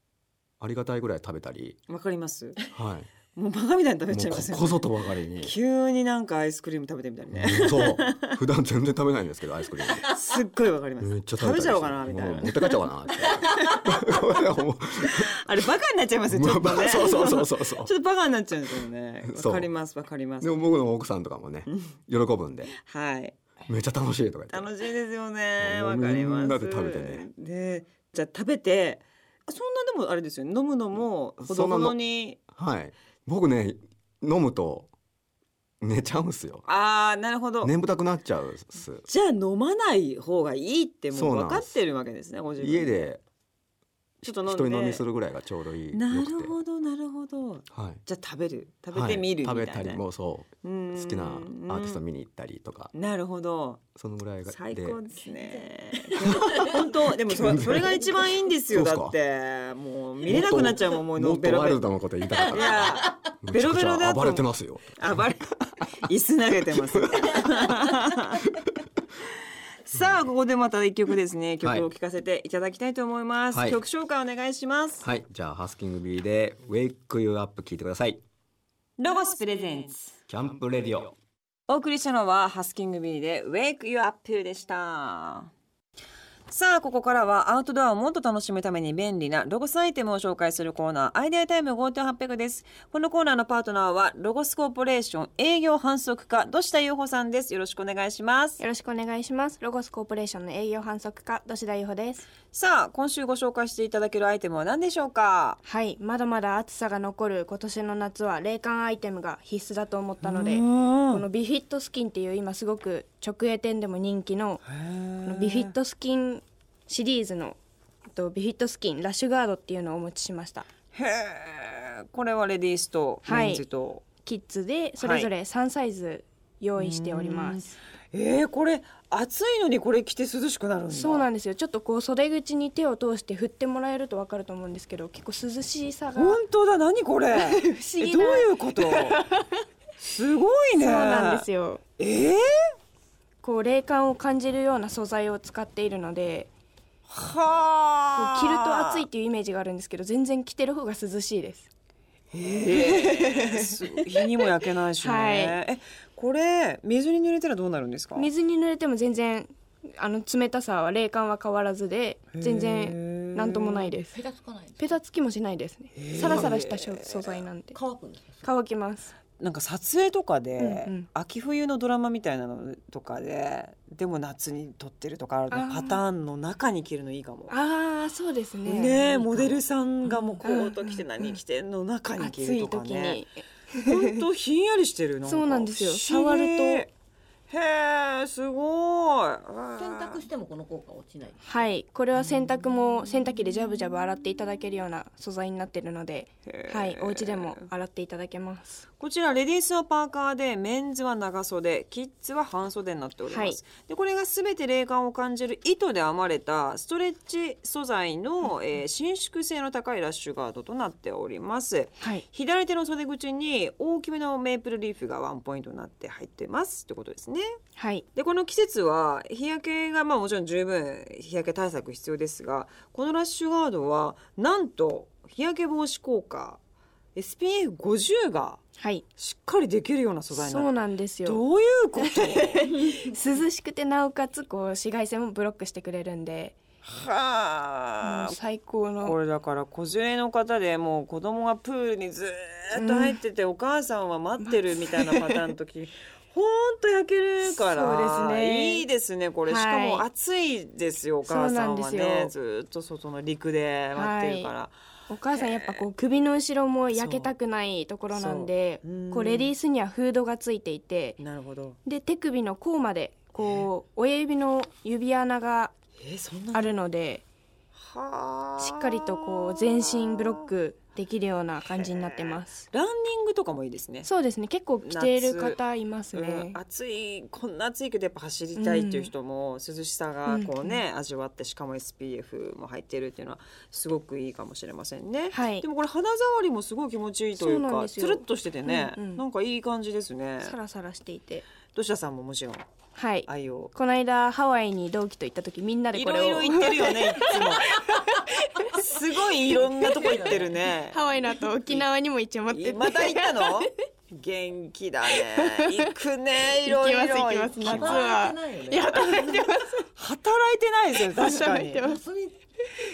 [SPEAKER 2] ありがたいぐらい食べたり、
[SPEAKER 1] わかります
[SPEAKER 2] は
[SPEAKER 1] もうバカみた いに食
[SPEAKER 2] い、
[SPEAKER 1] べ
[SPEAKER 2] も
[SPEAKER 1] ちゃい
[SPEAKER 2] うこ
[SPEAKER 1] ますよね
[SPEAKER 2] こぞとばかりに。
[SPEAKER 1] 急になんかアイスクリーム食べてみたり ね、
[SPEAKER 2] うんそう普段全然食べないんですけどアイスクリーム
[SPEAKER 1] すっごいわかり ます
[SPEAKER 2] めっちゃ
[SPEAKER 1] 食
[SPEAKER 2] 食
[SPEAKER 1] べ
[SPEAKER 2] べ
[SPEAKER 1] ち
[SPEAKER 2] たりして
[SPEAKER 1] ゃおうかなみたい
[SPEAKER 2] も
[SPEAKER 1] な
[SPEAKER 2] う持って帰っちゃおうか なっても
[SPEAKER 1] あれバカになっちゃいますよちょっと
[SPEAKER 2] う
[SPEAKER 1] ね
[SPEAKER 2] そうそうそうそうそ う
[SPEAKER 1] ちょっとバカになっちゃうんですよね
[SPEAKER 2] そ
[SPEAKER 1] わ
[SPEAKER 2] う
[SPEAKER 1] かりますわかります
[SPEAKER 2] でも僕の奥さんとかもね喜ぶんで
[SPEAKER 1] はい
[SPEAKER 2] めっちゃ楽しいとか言って
[SPEAKER 1] 楽しいですよね
[SPEAKER 2] もう
[SPEAKER 1] わかります
[SPEAKER 2] みんなで食べてね
[SPEAKER 1] でじゃあ食べてあそんなでもあれですよね飲むのもほどほどに
[SPEAKER 2] はい僕ね飲むと寝ちゃうんすよ
[SPEAKER 1] ああなるほど、
[SPEAKER 2] 眠たくなっちゃうっす
[SPEAKER 1] じゃあ飲まない方がいいっても
[SPEAKER 2] そう
[SPEAKER 1] う
[SPEAKER 2] な
[SPEAKER 1] 分
[SPEAKER 2] ん
[SPEAKER 1] か
[SPEAKER 2] で
[SPEAKER 1] っ
[SPEAKER 2] す
[SPEAKER 1] てるわけですねご自分
[SPEAKER 2] 家で
[SPEAKER 1] ちょっと飲ん
[SPEAKER 2] 一
[SPEAKER 1] で
[SPEAKER 2] 人飲みするぐらいがちょうどいい
[SPEAKER 1] な
[SPEAKER 2] 良
[SPEAKER 1] る
[SPEAKER 2] く
[SPEAKER 1] ほどなるほど
[SPEAKER 2] てはい
[SPEAKER 1] じゃあ食べる食べてみるみたいな、
[SPEAKER 2] はい食べたりもそう
[SPEAKER 1] うん
[SPEAKER 2] 好きなアーティスト見に行ったりとか
[SPEAKER 1] なるほど
[SPEAKER 2] そのぐらいが
[SPEAKER 1] 最
[SPEAKER 2] で
[SPEAKER 1] 高です ね。本当でもそれそれが一番いいんですよ
[SPEAKER 2] そう
[SPEAKER 1] だ
[SPEAKER 2] っすか
[SPEAKER 1] ってもう見れなくなっちゃうもんもう
[SPEAKER 2] もっ
[SPEAKER 1] ベ
[SPEAKER 2] と
[SPEAKER 1] ロ
[SPEAKER 2] ワイ
[SPEAKER 1] ベ
[SPEAKER 2] ル
[SPEAKER 1] ロ。
[SPEAKER 2] ドなこと言いたかった
[SPEAKER 1] い
[SPEAKER 2] な
[SPEAKER 1] やベロベロだと
[SPEAKER 2] 暴れてますよ。
[SPEAKER 1] 暴れ椅子投げて ます。さあここでまた一曲ですね曲を聴かせていただきたいと思います、
[SPEAKER 2] はい
[SPEAKER 1] 曲紹介お願いします、
[SPEAKER 2] はい、じゃあハスキング B で Wake You Up 聞いてください。
[SPEAKER 1] ロゴスプレゼンツ
[SPEAKER 2] キャンプレディオ。
[SPEAKER 1] お送りしたのはハスキングビーで Wake You Up でした。さあここからはアウトドアをもっと楽しむために便利なロゴスアイテムを紹介するコーナーアイデアタイム5800ですこのコーナーのパートナーはロゴスコーポレーション営業販促課土下優穂さんですよろしくお願いします
[SPEAKER 4] よろしくお願いします。ロゴスコーポレーションの営業販促課、土田由穂です。
[SPEAKER 1] さあ今週ご紹介していただけるアイテムは何でしょうか
[SPEAKER 4] はい、まだまだ暑さが残る今年の夏は冷感アイテムが必須だと思ったので、このビフィットスキンっていう今すごく直営店でも人気のこのビフィットスキンシリーズのえっとビフィットスキンラッシュガードっていうのをお持ちしました。
[SPEAKER 1] へえこれはレディースとメンズと、
[SPEAKER 4] キッズでそれぞれ3サイズ用意しております。
[SPEAKER 1] えー、これ暑いのにこれ着て涼しくなるんだ
[SPEAKER 4] そうなんですよ。ちょっとこう袖口に手を通して振ってもらえるとわかると思うんですけど、結構涼しさが
[SPEAKER 1] 本当だ何これ
[SPEAKER 4] 不思
[SPEAKER 1] え
[SPEAKER 4] 議
[SPEAKER 1] どう
[SPEAKER 4] な。
[SPEAKER 1] いうことすごいね
[SPEAKER 4] そうなんですよ
[SPEAKER 1] えー、
[SPEAKER 4] こう冷感を感じるような素材を使っているのでこ
[SPEAKER 1] はあ
[SPEAKER 4] う着ると暑いっていうイメージがあるんですけど全然着てる方が涼しいです
[SPEAKER 1] す日にも焼けないしね、
[SPEAKER 4] はい
[SPEAKER 1] えこれ水に濡れたらどうなるんですか
[SPEAKER 4] 水に濡れても全然あの冷たさは冷感は変わらずで全然なんともないです
[SPEAKER 3] ペタつかないんです
[SPEAKER 4] ペタつきもしないですねサラサラしたしょ素材なんで
[SPEAKER 3] 乾くんですよ
[SPEAKER 4] 乾きます
[SPEAKER 1] なんか撮影とかで、
[SPEAKER 4] うんうん
[SPEAKER 1] 秋冬のドラマみたいなのとかででも夏に撮ってるとかある
[SPEAKER 4] あー
[SPEAKER 1] パターンの中に着るのいいかも。
[SPEAKER 4] ああそうですね
[SPEAKER 1] ねえ
[SPEAKER 4] なんか
[SPEAKER 1] モデルさんがもうコート着て
[SPEAKER 4] うん
[SPEAKER 1] 何着てんの中に着
[SPEAKER 4] 暑
[SPEAKER 1] る
[SPEAKER 4] い
[SPEAKER 1] とか
[SPEAKER 4] 時
[SPEAKER 1] ね
[SPEAKER 4] に
[SPEAKER 1] 本当ひんやりしてるの
[SPEAKER 4] そうなんですよ
[SPEAKER 1] 触
[SPEAKER 4] 触
[SPEAKER 1] る
[SPEAKER 4] る
[SPEAKER 1] と
[SPEAKER 4] と
[SPEAKER 1] へえすごい
[SPEAKER 3] 洗濯
[SPEAKER 1] て
[SPEAKER 3] してもこの効果落ちない。
[SPEAKER 4] はいこれは洗濯も洗濯機でジャブジャブ洗っていただけるような素材になってるのではいお家でも洗っていただけます
[SPEAKER 1] こちらレディースはパーカーでメンズは長袖キッズは半袖になっております、
[SPEAKER 4] はい
[SPEAKER 1] でこれが全て冷感を感じる糸で編まれたストレッチ素材の、えー伸縮性の高いラッシュガードとなっております
[SPEAKER 4] はい
[SPEAKER 1] 左手の袖口に大きめのメープルリーフがワンポイントになって入ってますってことですね
[SPEAKER 4] はい
[SPEAKER 1] でこの季節は日焼けがまあもちろん十分日焼け対策必要ですがこのラッシュガードはなんと日焼け防止効果 SPF50 が
[SPEAKER 4] はい
[SPEAKER 1] しっかりできるような素材に
[SPEAKER 4] そ
[SPEAKER 1] な
[SPEAKER 4] う
[SPEAKER 1] る
[SPEAKER 4] なんですよ
[SPEAKER 1] どういうこと
[SPEAKER 4] 涼しくてなおかつこう紫外線もブロックしてくれるんでも
[SPEAKER 1] はあ
[SPEAKER 4] う最高
[SPEAKER 1] こ
[SPEAKER 4] の
[SPEAKER 1] れだから子連れの方でもう子供がプールにずーっと入ってて、お母さんは待ってるみたいなパターンの 時ほんと焼けるから
[SPEAKER 4] そうですね
[SPEAKER 1] いいですねこれ、
[SPEAKER 4] はい
[SPEAKER 1] しかも暑いですよお母さんは
[SPEAKER 4] そうなん
[SPEAKER 1] ね
[SPEAKER 4] ですよ
[SPEAKER 1] ずーっと外の陸で待ってるから、
[SPEAKER 4] お母さんやっぱこう首の後ろも焼けたくないところなんで
[SPEAKER 1] そううん
[SPEAKER 4] こうレディースにはフードがついていて
[SPEAKER 1] なるほど
[SPEAKER 4] で手首の甲までこう親指の指穴が
[SPEAKER 1] えーそんな
[SPEAKER 4] あるので
[SPEAKER 1] はあ
[SPEAKER 4] しっかりとこう全身ブロックできるような感じになってます
[SPEAKER 1] ランニングとかもいいですね
[SPEAKER 4] そうですね結構着ている方います
[SPEAKER 1] う
[SPEAKER 4] ね
[SPEAKER 1] ん、暑いこんな暑いけどやっぱ走りたいっていう人も涼しさがこうね、味わってしかも SPF も入ってるっていうのはすごくいいかもしれませんね、
[SPEAKER 4] はい
[SPEAKER 1] でもこれ肌触りもすごい気持ちいいという
[SPEAKER 4] そうなん
[SPEAKER 1] か
[SPEAKER 4] です
[SPEAKER 1] つ
[SPEAKER 4] よ
[SPEAKER 1] るっとしててね、
[SPEAKER 4] うんうん
[SPEAKER 1] なんかいい感じですね
[SPEAKER 4] サラサラしていて
[SPEAKER 1] どし田さんももちろん
[SPEAKER 4] はい
[SPEAKER 1] 愛用
[SPEAKER 4] この間ハワイに同期と行った時みんなで
[SPEAKER 1] い
[SPEAKER 4] これを
[SPEAKER 1] ろいろ言ってるよ ねいつもすごいいろんなとこ行ってるね
[SPEAKER 4] ハワイの後沖縄にも一応持ってて
[SPEAKER 1] また行ったの元気だね行くねいろいろ
[SPEAKER 4] 行きます行きます夏は
[SPEAKER 3] 働い
[SPEAKER 4] い
[SPEAKER 3] てない
[SPEAKER 4] や
[SPEAKER 3] よね。
[SPEAKER 4] 働いてます
[SPEAKER 1] 働いてないですよ確か
[SPEAKER 4] 働
[SPEAKER 1] に
[SPEAKER 4] いてます
[SPEAKER 3] 休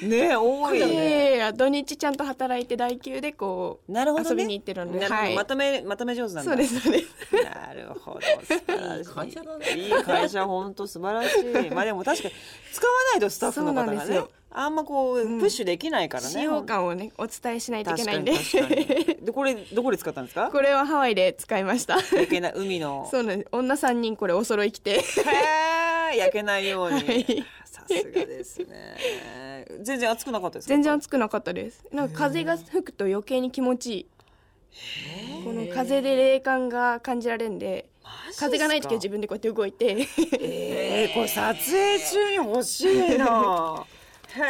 [SPEAKER 3] み
[SPEAKER 1] ね多い
[SPEAKER 4] い
[SPEAKER 1] よ
[SPEAKER 4] や
[SPEAKER 1] ね
[SPEAKER 4] いやいや土日ちゃんと働いて代休でこう
[SPEAKER 1] なるほどね
[SPEAKER 4] 遊びに行ってるので
[SPEAKER 1] なるほど
[SPEAKER 4] はい
[SPEAKER 1] まとめまとめ上手なんだ
[SPEAKER 4] そうですそうです
[SPEAKER 1] なるほど素晴らしい
[SPEAKER 3] いい会社だね
[SPEAKER 1] いい会社本当素晴らし いまあでも確かに使わないとスタッフの方
[SPEAKER 4] そう
[SPEAKER 1] が
[SPEAKER 4] なんです
[SPEAKER 1] ね
[SPEAKER 4] よ
[SPEAKER 1] あんまこうプッシュできないからね、
[SPEAKER 4] 使用感をねお伝えしないといけ
[SPEAKER 1] 確か
[SPEAKER 4] ないん
[SPEAKER 1] に
[SPEAKER 4] で
[SPEAKER 1] 確かにでこれどこで使ったんですか
[SPEAKER 4] これはハワイで使いました
[SPEAKER 1] 焼けない海の
[SPEAKER 4] そうなんです女三人これお揃い着て
[SPEAKER 1] へー焼けないように、
[SPEAKER 4] い
[SPEAKER 1] さすがですね全然暑くなかったですか
[SPEAKER 4] 全然暑くなかったですなんか風が吹くと余計に気持ちいいこの風で冷感が感じられるんで風がない時は自分でこうやって動いて
[SPEAKER 1] えー、これ撮影中に欲し いなへ
[SPEAKER 3] これ
[SPEAKER 1] え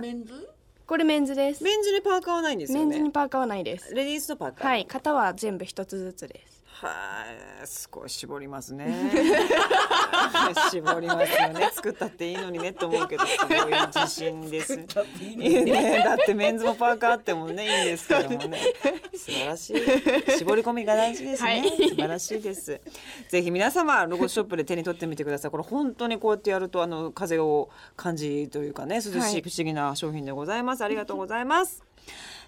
[SPEAKER 1] 涼しいで
[SPEAKER 3] メンズ？
[SPEAKER 4] これメンズです
[SPEAKER 1] メンズにパーカーはないんです
[SPEAKER 4] メ
[SPEAKER 1] よ
[SPEAKER 4] ンズ
[SPEAKER 1] ね
[SPEAKER 4] にパーカーはないです
[SPEAKER 1] レディースとパーカー
[SPEAKER 4] はい型は全部一つずつです
[SPEAKER 1] はいすごい絞りますね 絞りますよね作ったっていいのにねと思うけどすごい自信ですね
[SPEAKER 3] だ っていいの
[SPEAKER 1] いいねだってメンズもパーカーあってもねいいんですけどもね素晴らしい絞り込みが大事ですね、
[SPEAKER 4] はい
[SPEAKER 1] 素晴らしいですぜひ皆様ロゴショップで手に取ってみてくださいこれ本当にこうやってやるとあの風を感じというかね涼しい、
[SPEAKER 4] はい
[SPEAKER 1] 不思議な商品でございますありがとうございます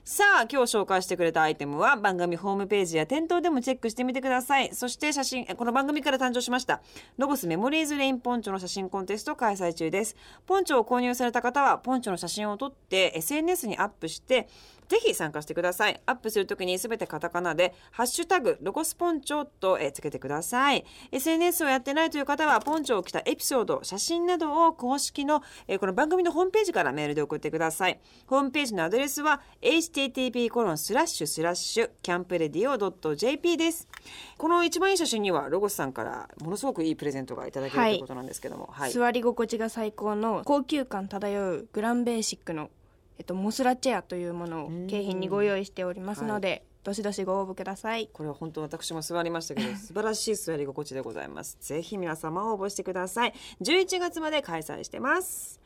[SPEAKER 1] さあ今日紹介してくれたアイテムは番組ホームページや店頭でもチェックしてみてくださいそして写真えこの番組から誕生しましたロゴスメモリーズレインポンチョの写真コンテストを開催中ですポンチョを購入された方はポンチョの写真を撮って SNS にアップしてぜひ参加してくださいアップするときにすべてカタカナで「ハッシュタグロゴスポンチョ」とえつけてください SNS をやってないという方はポンチョを着たエピソード写真などを公式のえーこの番組のホームページからメールで送ってくださいホームページのアドレスは http コロンスラッシュスラッシュキャンプレディオ .jp ですこの一番いい写真にはロゴスさんからものすごくいいプレゼントがいただける
[SPEAKER 4] は
[SPEAKER 1] と
[SPEAKER 4] い
[SPEAKER 1] いうことなんですけどもはい、
[SPEAKER 4] 座り心地が最高の高級感漂うグランベーシックの、えっと、モスラチェアというものを景品にご用意しておりますので、どしどしご応募ください
[SPEAKER 1] これは本当私も座りました けど素晴らしい座り心地でございますぜひ皆様応募してください11月まで開催してます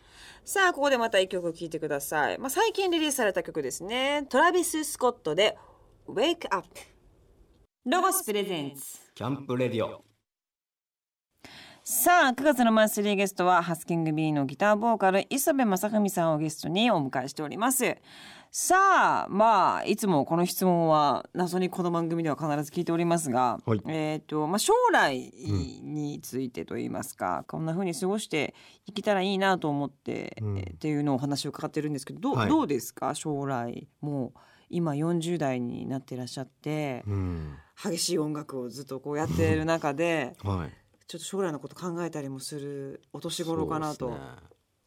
[SPEAKER 1] さあここでまた一曲聴いてください、まあ、最近リリースされた曲ですねトラビス・スコットで「Wake Up」ロゴスプレゼンツ
[SPEAKER 2] キャンプレディオ
[SPEAKER 1] さあ9月のマンスリーゲストはハスキング B のギターボーカル磯部正文さんをゲストにお迎えしておりますさあまあいつもこの質問は謎にこの番組では必ず聞いておりますが、
[SPEAKER 2] はい
[SPEAKER 1] えっ、とまあ将来についてと言いますか、こんな風に過ごしていけたらいいなと思って、
[SPEAKER 2] うん
[SPEAKER 1] えーっていうのをお話を伺ってるんですけどど,、
[SPEAKER 2] は
[SPEAKER 1] う
[SPEAKER 2] い
[SPEAKER 1] どうですか将来もう今40代になっていらっしゃって、
[SPEAKER 2] うん
[SPEAKER 1] 激しい音楽をずっとこうやっている中で。
[SPEAKER 2] はい
[SPEAKER 1] ちょっと将来のこと考えたりもするお年頃かなと。
[SPEAKER 2] そうですね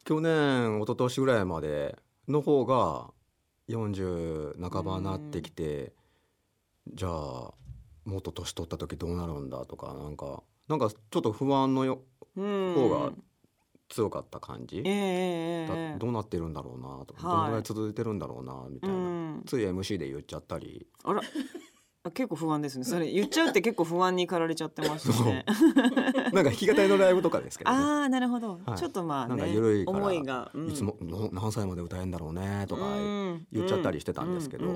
[SPEAKER 2] 去年一昨年ぐらいまでの方が40半ばになってきてじゃあもっと年取った時どうなるんだとかなんかなんかちょっと不安のよ
[SPEAKER 1] うん
[SPEAKER 2] 方が強かった感じ、
[SPEAKER 1] ええええええ
[SPEAKER 2] だどうなってるんだろうなとか、
[SPEAKER 1] はい
[SPEAKER 2] どのぐらい続いてるんだろうなみたいうな、
[SPEAKER 1] ん
[SPEAKER 2] つい MC で言っちゃったり
[SPEAKER 1] あら。あ結構不安ですね。それ言っちゃうって結構不安に駆られちゃってま したね。
[SPEAKER 2] なんか弾き語りのライブとかですけどね。
[SPEAKER 1] ああ、なるほど、
[SPEAKER 2] はい
[SPEAKER 1] ちょっとまあ
[SPEAKER 2] なんか
[SPEAKER 1] ね、
[SPEAKER 2] 緩いから
[SPEAKER 1] 思いが、うん
[SPEAKER 2] いつもの何歳まで歌えんだろうねとか言っちゃったりしてたんですけど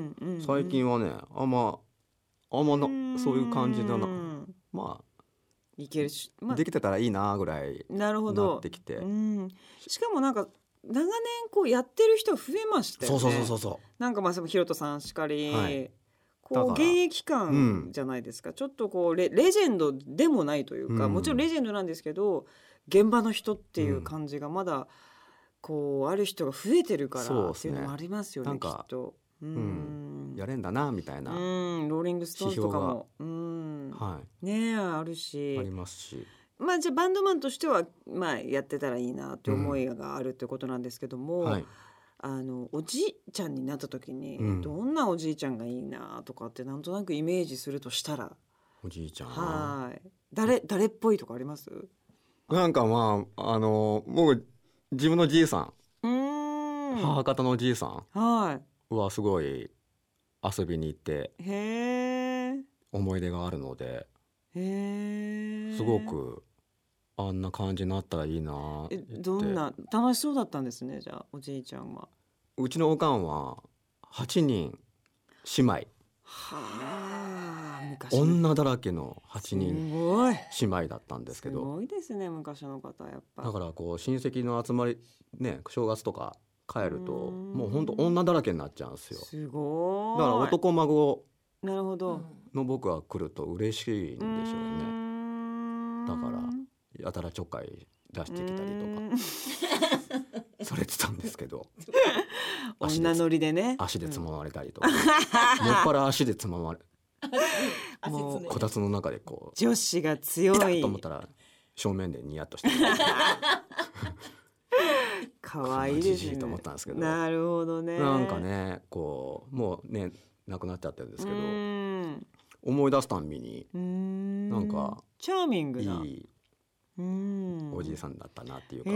[SPEAKER 1] は
[SPEAKER 2] 最近はねあんまあんまなそういう感じだなま
[SPEAKER 1] いけるし、ま
[SPEAKER 2] あ
[SPEAKER 1] あ
[SPEAKER 2] できてたらいいなぐらい
[SPEAKER 1] なるほ
[SPEAKER 2] な
[SPEAKER 1] ど
[SPEAKER 2] っ。てきて
[SPEAKER 1] うん。しかもなんか長年こうやってる人増えましたよ
[SPEAKER 2] そ
[SPEAKER 1] ね。
[SPEAKER 2] うそうそうそうそ
[SPEAKER 1] なんかまあそのヒロトさんしかり、
[SPEAKER 2] はいだ
[SPEAKER 1] こう
[SPEAKER 2] から
[SPEAKER 1] 現役感
[SPEAKER 2] うん
[SPEAKER 1] じゃないですか、ちょっとこうレレジェンドでもないというか、
[SPEAKER 2] うん
[SPEAKER 1] もちろんレジェンドなんですけど現場の人っていう感じがまだこうある人が増えてるから
[SPEAKER 2] そうっ
[SPEAKER 1] って
[SPEAKER 2] す
[SPEAKER 1] い
[SPEAKER 2] ね
[SPEAKER 1] うのもありますよね
[SPEAKER 2] なん
[SPEAKER 1] き
[SPEAKER 2] か
[SPEAKER 1] っと。う
[SPEAKER 2] う
[SPEAKER 1] ん
[SPEAKER 2] んやれんだなみたいなは
[SPEAKER 1] うんローリング・ストーンズとかも、うん
[SPEAKER 2] い
[SPEAKER 1] ねえある
[SPEAKER 2] あり
[SPEAKER 1] し
[SPEAKER 2] ますし
[SPEAKER 1] まあじゃあバンドマンとしては、まあ、やってたらいいなって思いがあるってことなんですけども、
[SPEAKER 2] はい
[SPEAKER 1] あのおじいちゃんになった時に、
[SPEAKER 2] うん
[SPEAKER 1] どんなおじいちゃんがいいなとかってなんとなくイメージするとしたら、
[SPEAKER 2] おじいちゃんは
[SPEAKER 1] はい誰誰っぽいとかあります？
[SPEAKER 2] なんかまああの僕自分のじいさん
[SPEAKER 1] うーんは
[SPEAKER 2] 母方のじいさんはすごい遊びに行って
[SPEAKER 1] いへー
[SPEAKER 2] 思い出があるので
[SPEAKER 1] へー
[SPEAKER 2] すごくあんな感じになったらいいなって
[SPEAKER 1] えどんな楽しそうだったんですねじゃあおじいちゃんは
[SPEAKER 2] うちのおかんは8人姉妹
[SPEAKER 1] はあ昔の
[SPEAKER 2] 女だらけの8人
[SPEAKER 1] すごい
[SPEAKER 2] 姉妹だったんです
[SPEAKER 1] す
[SPEAKER 2] けど
[SPEAKER 1] ごいですね昔の方はやっぱ
[SPEAKER 2] だからこう親戚の集まりね正月とか帰ると
[SPEAKER 1] うーん
[SPEAKER 2] もうほんと女だらけになっちゃうんですよ
[SPEAKER 1] すご
[SPEAKER 2] だ
[SPEAKER 1] い
[SPEAKER 2] から男孫
[SPEAKER 1] なるほど、
[SPEAKER 2] の僕が来ると嬉しいんでしょうね
[SPEAKER 1] ね
[SPEAKER 2] だからやたらちょっかい出してきたりとかされてたんですけど足で
[SPEAKER 1] 女乗りでね
[SPEAKER 2] 足でつままれたりとかもっぱら足でつままれ
[SPEAKER 3] 汗
[SPEAKER 1] もう
[SPEAKER 3] つね
[SPEAKER 2] こたつの中でこ う
[SPEAKER 1] 女子が強
[SPEAKER 2] 痛っ
[SPEAKER 1] い
[SPEAKER 2] と思ったら正面でニヤッとして
[SPEAKER 1] 可愛いで
[SPEAKER 2] じ
[SPEAKER 1] す
[SPEAKER 2] じ
[SPEAKER 1] ね
[SPEAKER 2] いと思ったんですけど
[SPEAKER 1] なるほどね
[SPEAKER 2] なんかねこうもうね亡くなっちゃってるんで
[SPEAKER 1] です
[SPEAKER 2] けど思い出すたんびになんか
[SPEAKER 1] チャーミング
[SPEAKER 2] い
[SPEAKER 1] ない
[SPEAKER 2] お
[SPEAKER 1] お
[SPEAKER 2] じいさんだったなっていうか、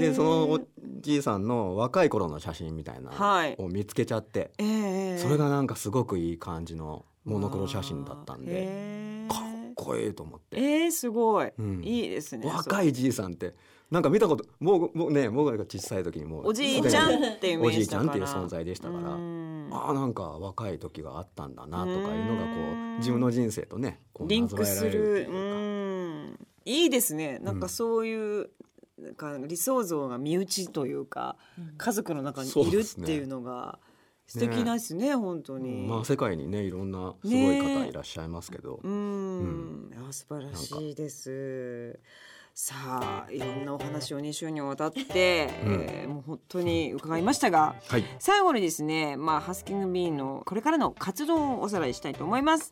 [SPEAKER 1] で
[SPEAKER 2] でそのおじいさんの若い頃の写真みたいな
[SPEAKER 1] はい
[SPEAKER 2] を見つけちゃって、それがなんかすごくいい感じのモノクロ写真だったんでかっこいいと思って、
[SPEAKER 1] えーすごい
[SPEAKER 2] うん
[SPEAKER 1] いいですね
[SPEAKER 2] 若
[SPEAKER 1] い
[SPEAKER 2] いじいさんってなんか見たこともうもうね僕らが小さい時にもう
[SPEAKER 1] おじいちゃ
[SPEAKER 2] すでに
[SPEAKER 1] んっていうイメージだから
[SPEAKER 2] おじいちゃんっていう存在でしたから
[SPEAKER 1] うん
[SPEAKER 2] ああなんか若い時があったんだなとかいうのがこう自分の人生とねこう
[SPEAKER 1] リンクす
[SPEAKER 2] なぞらえられ
[SPEAKER 1] る
[SPEAKER 2] って
[SPEAKER 1] う
[SPEAKER 2] いうか
[SPEAKER 1] んいいですねなんか
[SPEAKER 2] うん
[SPEAKER 1] そういう、なんか理想像が身内というか家族の中にい
[SPEAKER 2] そ
[SPEAKER 1] うる
[SPEAKER 2] で
[SPEAKER 1] っ
[SPEAKER 2] すね
[SPEAKER 1] ていうのが素敵なんですね本当に、
[SPEAKER 2] まあ世界にねいろんなすごい方いらっしゃいますけど、
[SPEAKER 1] うん、あ素晴らしいです。さあいろんなお話を2週にわたって、えーもう本当に伺いましたが
[SPEAKER 2] はい
[SPEAKER 1] 最後にですね、まあ、ハスキングビーンのこれからの活動をおさらいしたいと思います、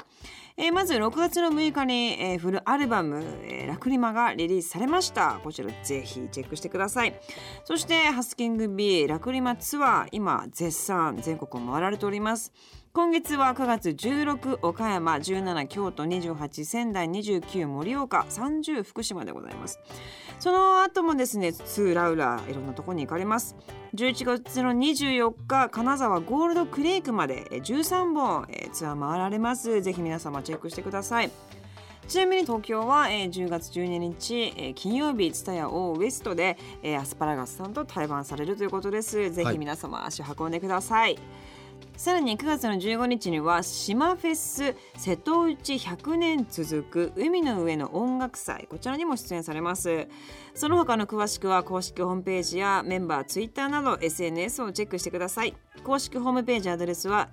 [SPEAKER 1] えーまず6月の6日に、えーフルアルバム「えーラクリマ」がリリースされましたこちらぜひチェックしてくださいそしてハスキングビーラクリマツアー今絶賛全国を回られております今月は9月16岡山17京都28仙台29盛岡30福島でございますその後もですねツーラウラいろんなところに行かれます11月の24日金沢ゴールドクレイクまでえー13本えーツアー回られますぜひ皆様チェックしてくださいちなみに東京は、えー10月12日、えー金曜日蔦屋オーウエストで、えーアスパラガスさんと対バンされるということですぜ
[SPEAKER 2] は
[SPEAKER 1] ひ
[SPEAKER 2] い
[SPEAKER 1] 皆様足を運んでください、さらに9月の15日には島フェス瀬戸内100年続く海の上の音楽祭こちらにも出演されますその他の詳しくは公式ホームページやメンバーツイッターなど SNS をチェックしてください公式ホームページアドレスは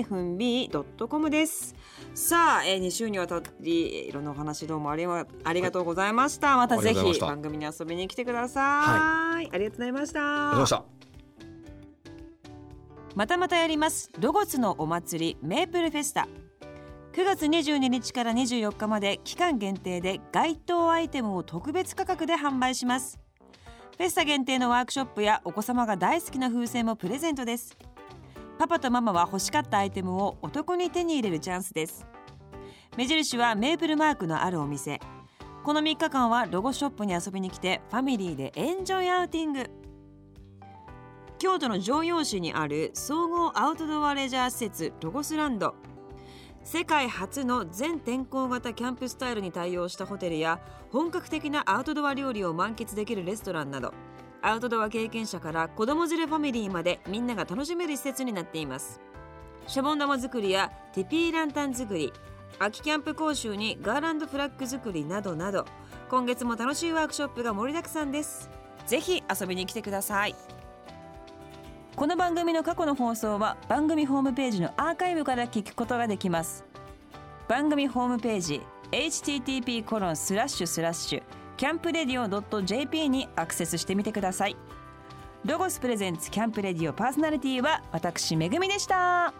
[SPEAKER 1] www.hasking-b.com ですさあ、えー、2週にわたりいろんなお話どうもありがありがとうございました、またぜ
[SPEAKER 2] ありがとうございま
[SPEAKER 1] ひ
[SPEAKER 2] した
[SPEAKER 1] 番組に遊びに来てください、ありがとうございました
[SPEAKER 2] りました
[SPEAKER 1] またまたやりますロゴスのお祭りメープルフェスタ9月22日から24日まで期間限定で該当アイテムを特別価格で販売しますフェスタ限定のワークショップやお子様が大好きな風船もプレゼントですパパとママは欲しかったアイテムをお得に手に入れるチャンスです目印はメープルマークのあるお店この3日間はロゴショップに遊びに来てファミリーでエンジョイアウティング京都の城陽市にある総合アウトドアレジャー施設ロゴスランド世界初の全天候型キャンプスタイルに対応したホテルや本格的なアウトドア料理を満喫できるレストランなどアウトドア経験者から子供連れファミリーまでみんなが楽しめる施設になっていますシャボン玉作りやティピーランタン作り秋キャンプ講習にガーランドフラッグ作りなどなど今月も楽しいワークショップが盛りだくさんですぜひ遊びに来てくださいこの番組の過去の放送は番組ホームページのアーカイブから聞くことができます番組ホームページ http コロンスラッシュスラッシュキャンプレディオ .jp にアクセスしてみてくださいロゴスプレゼンツキャンプレディオパーソナリティは私めぐみでした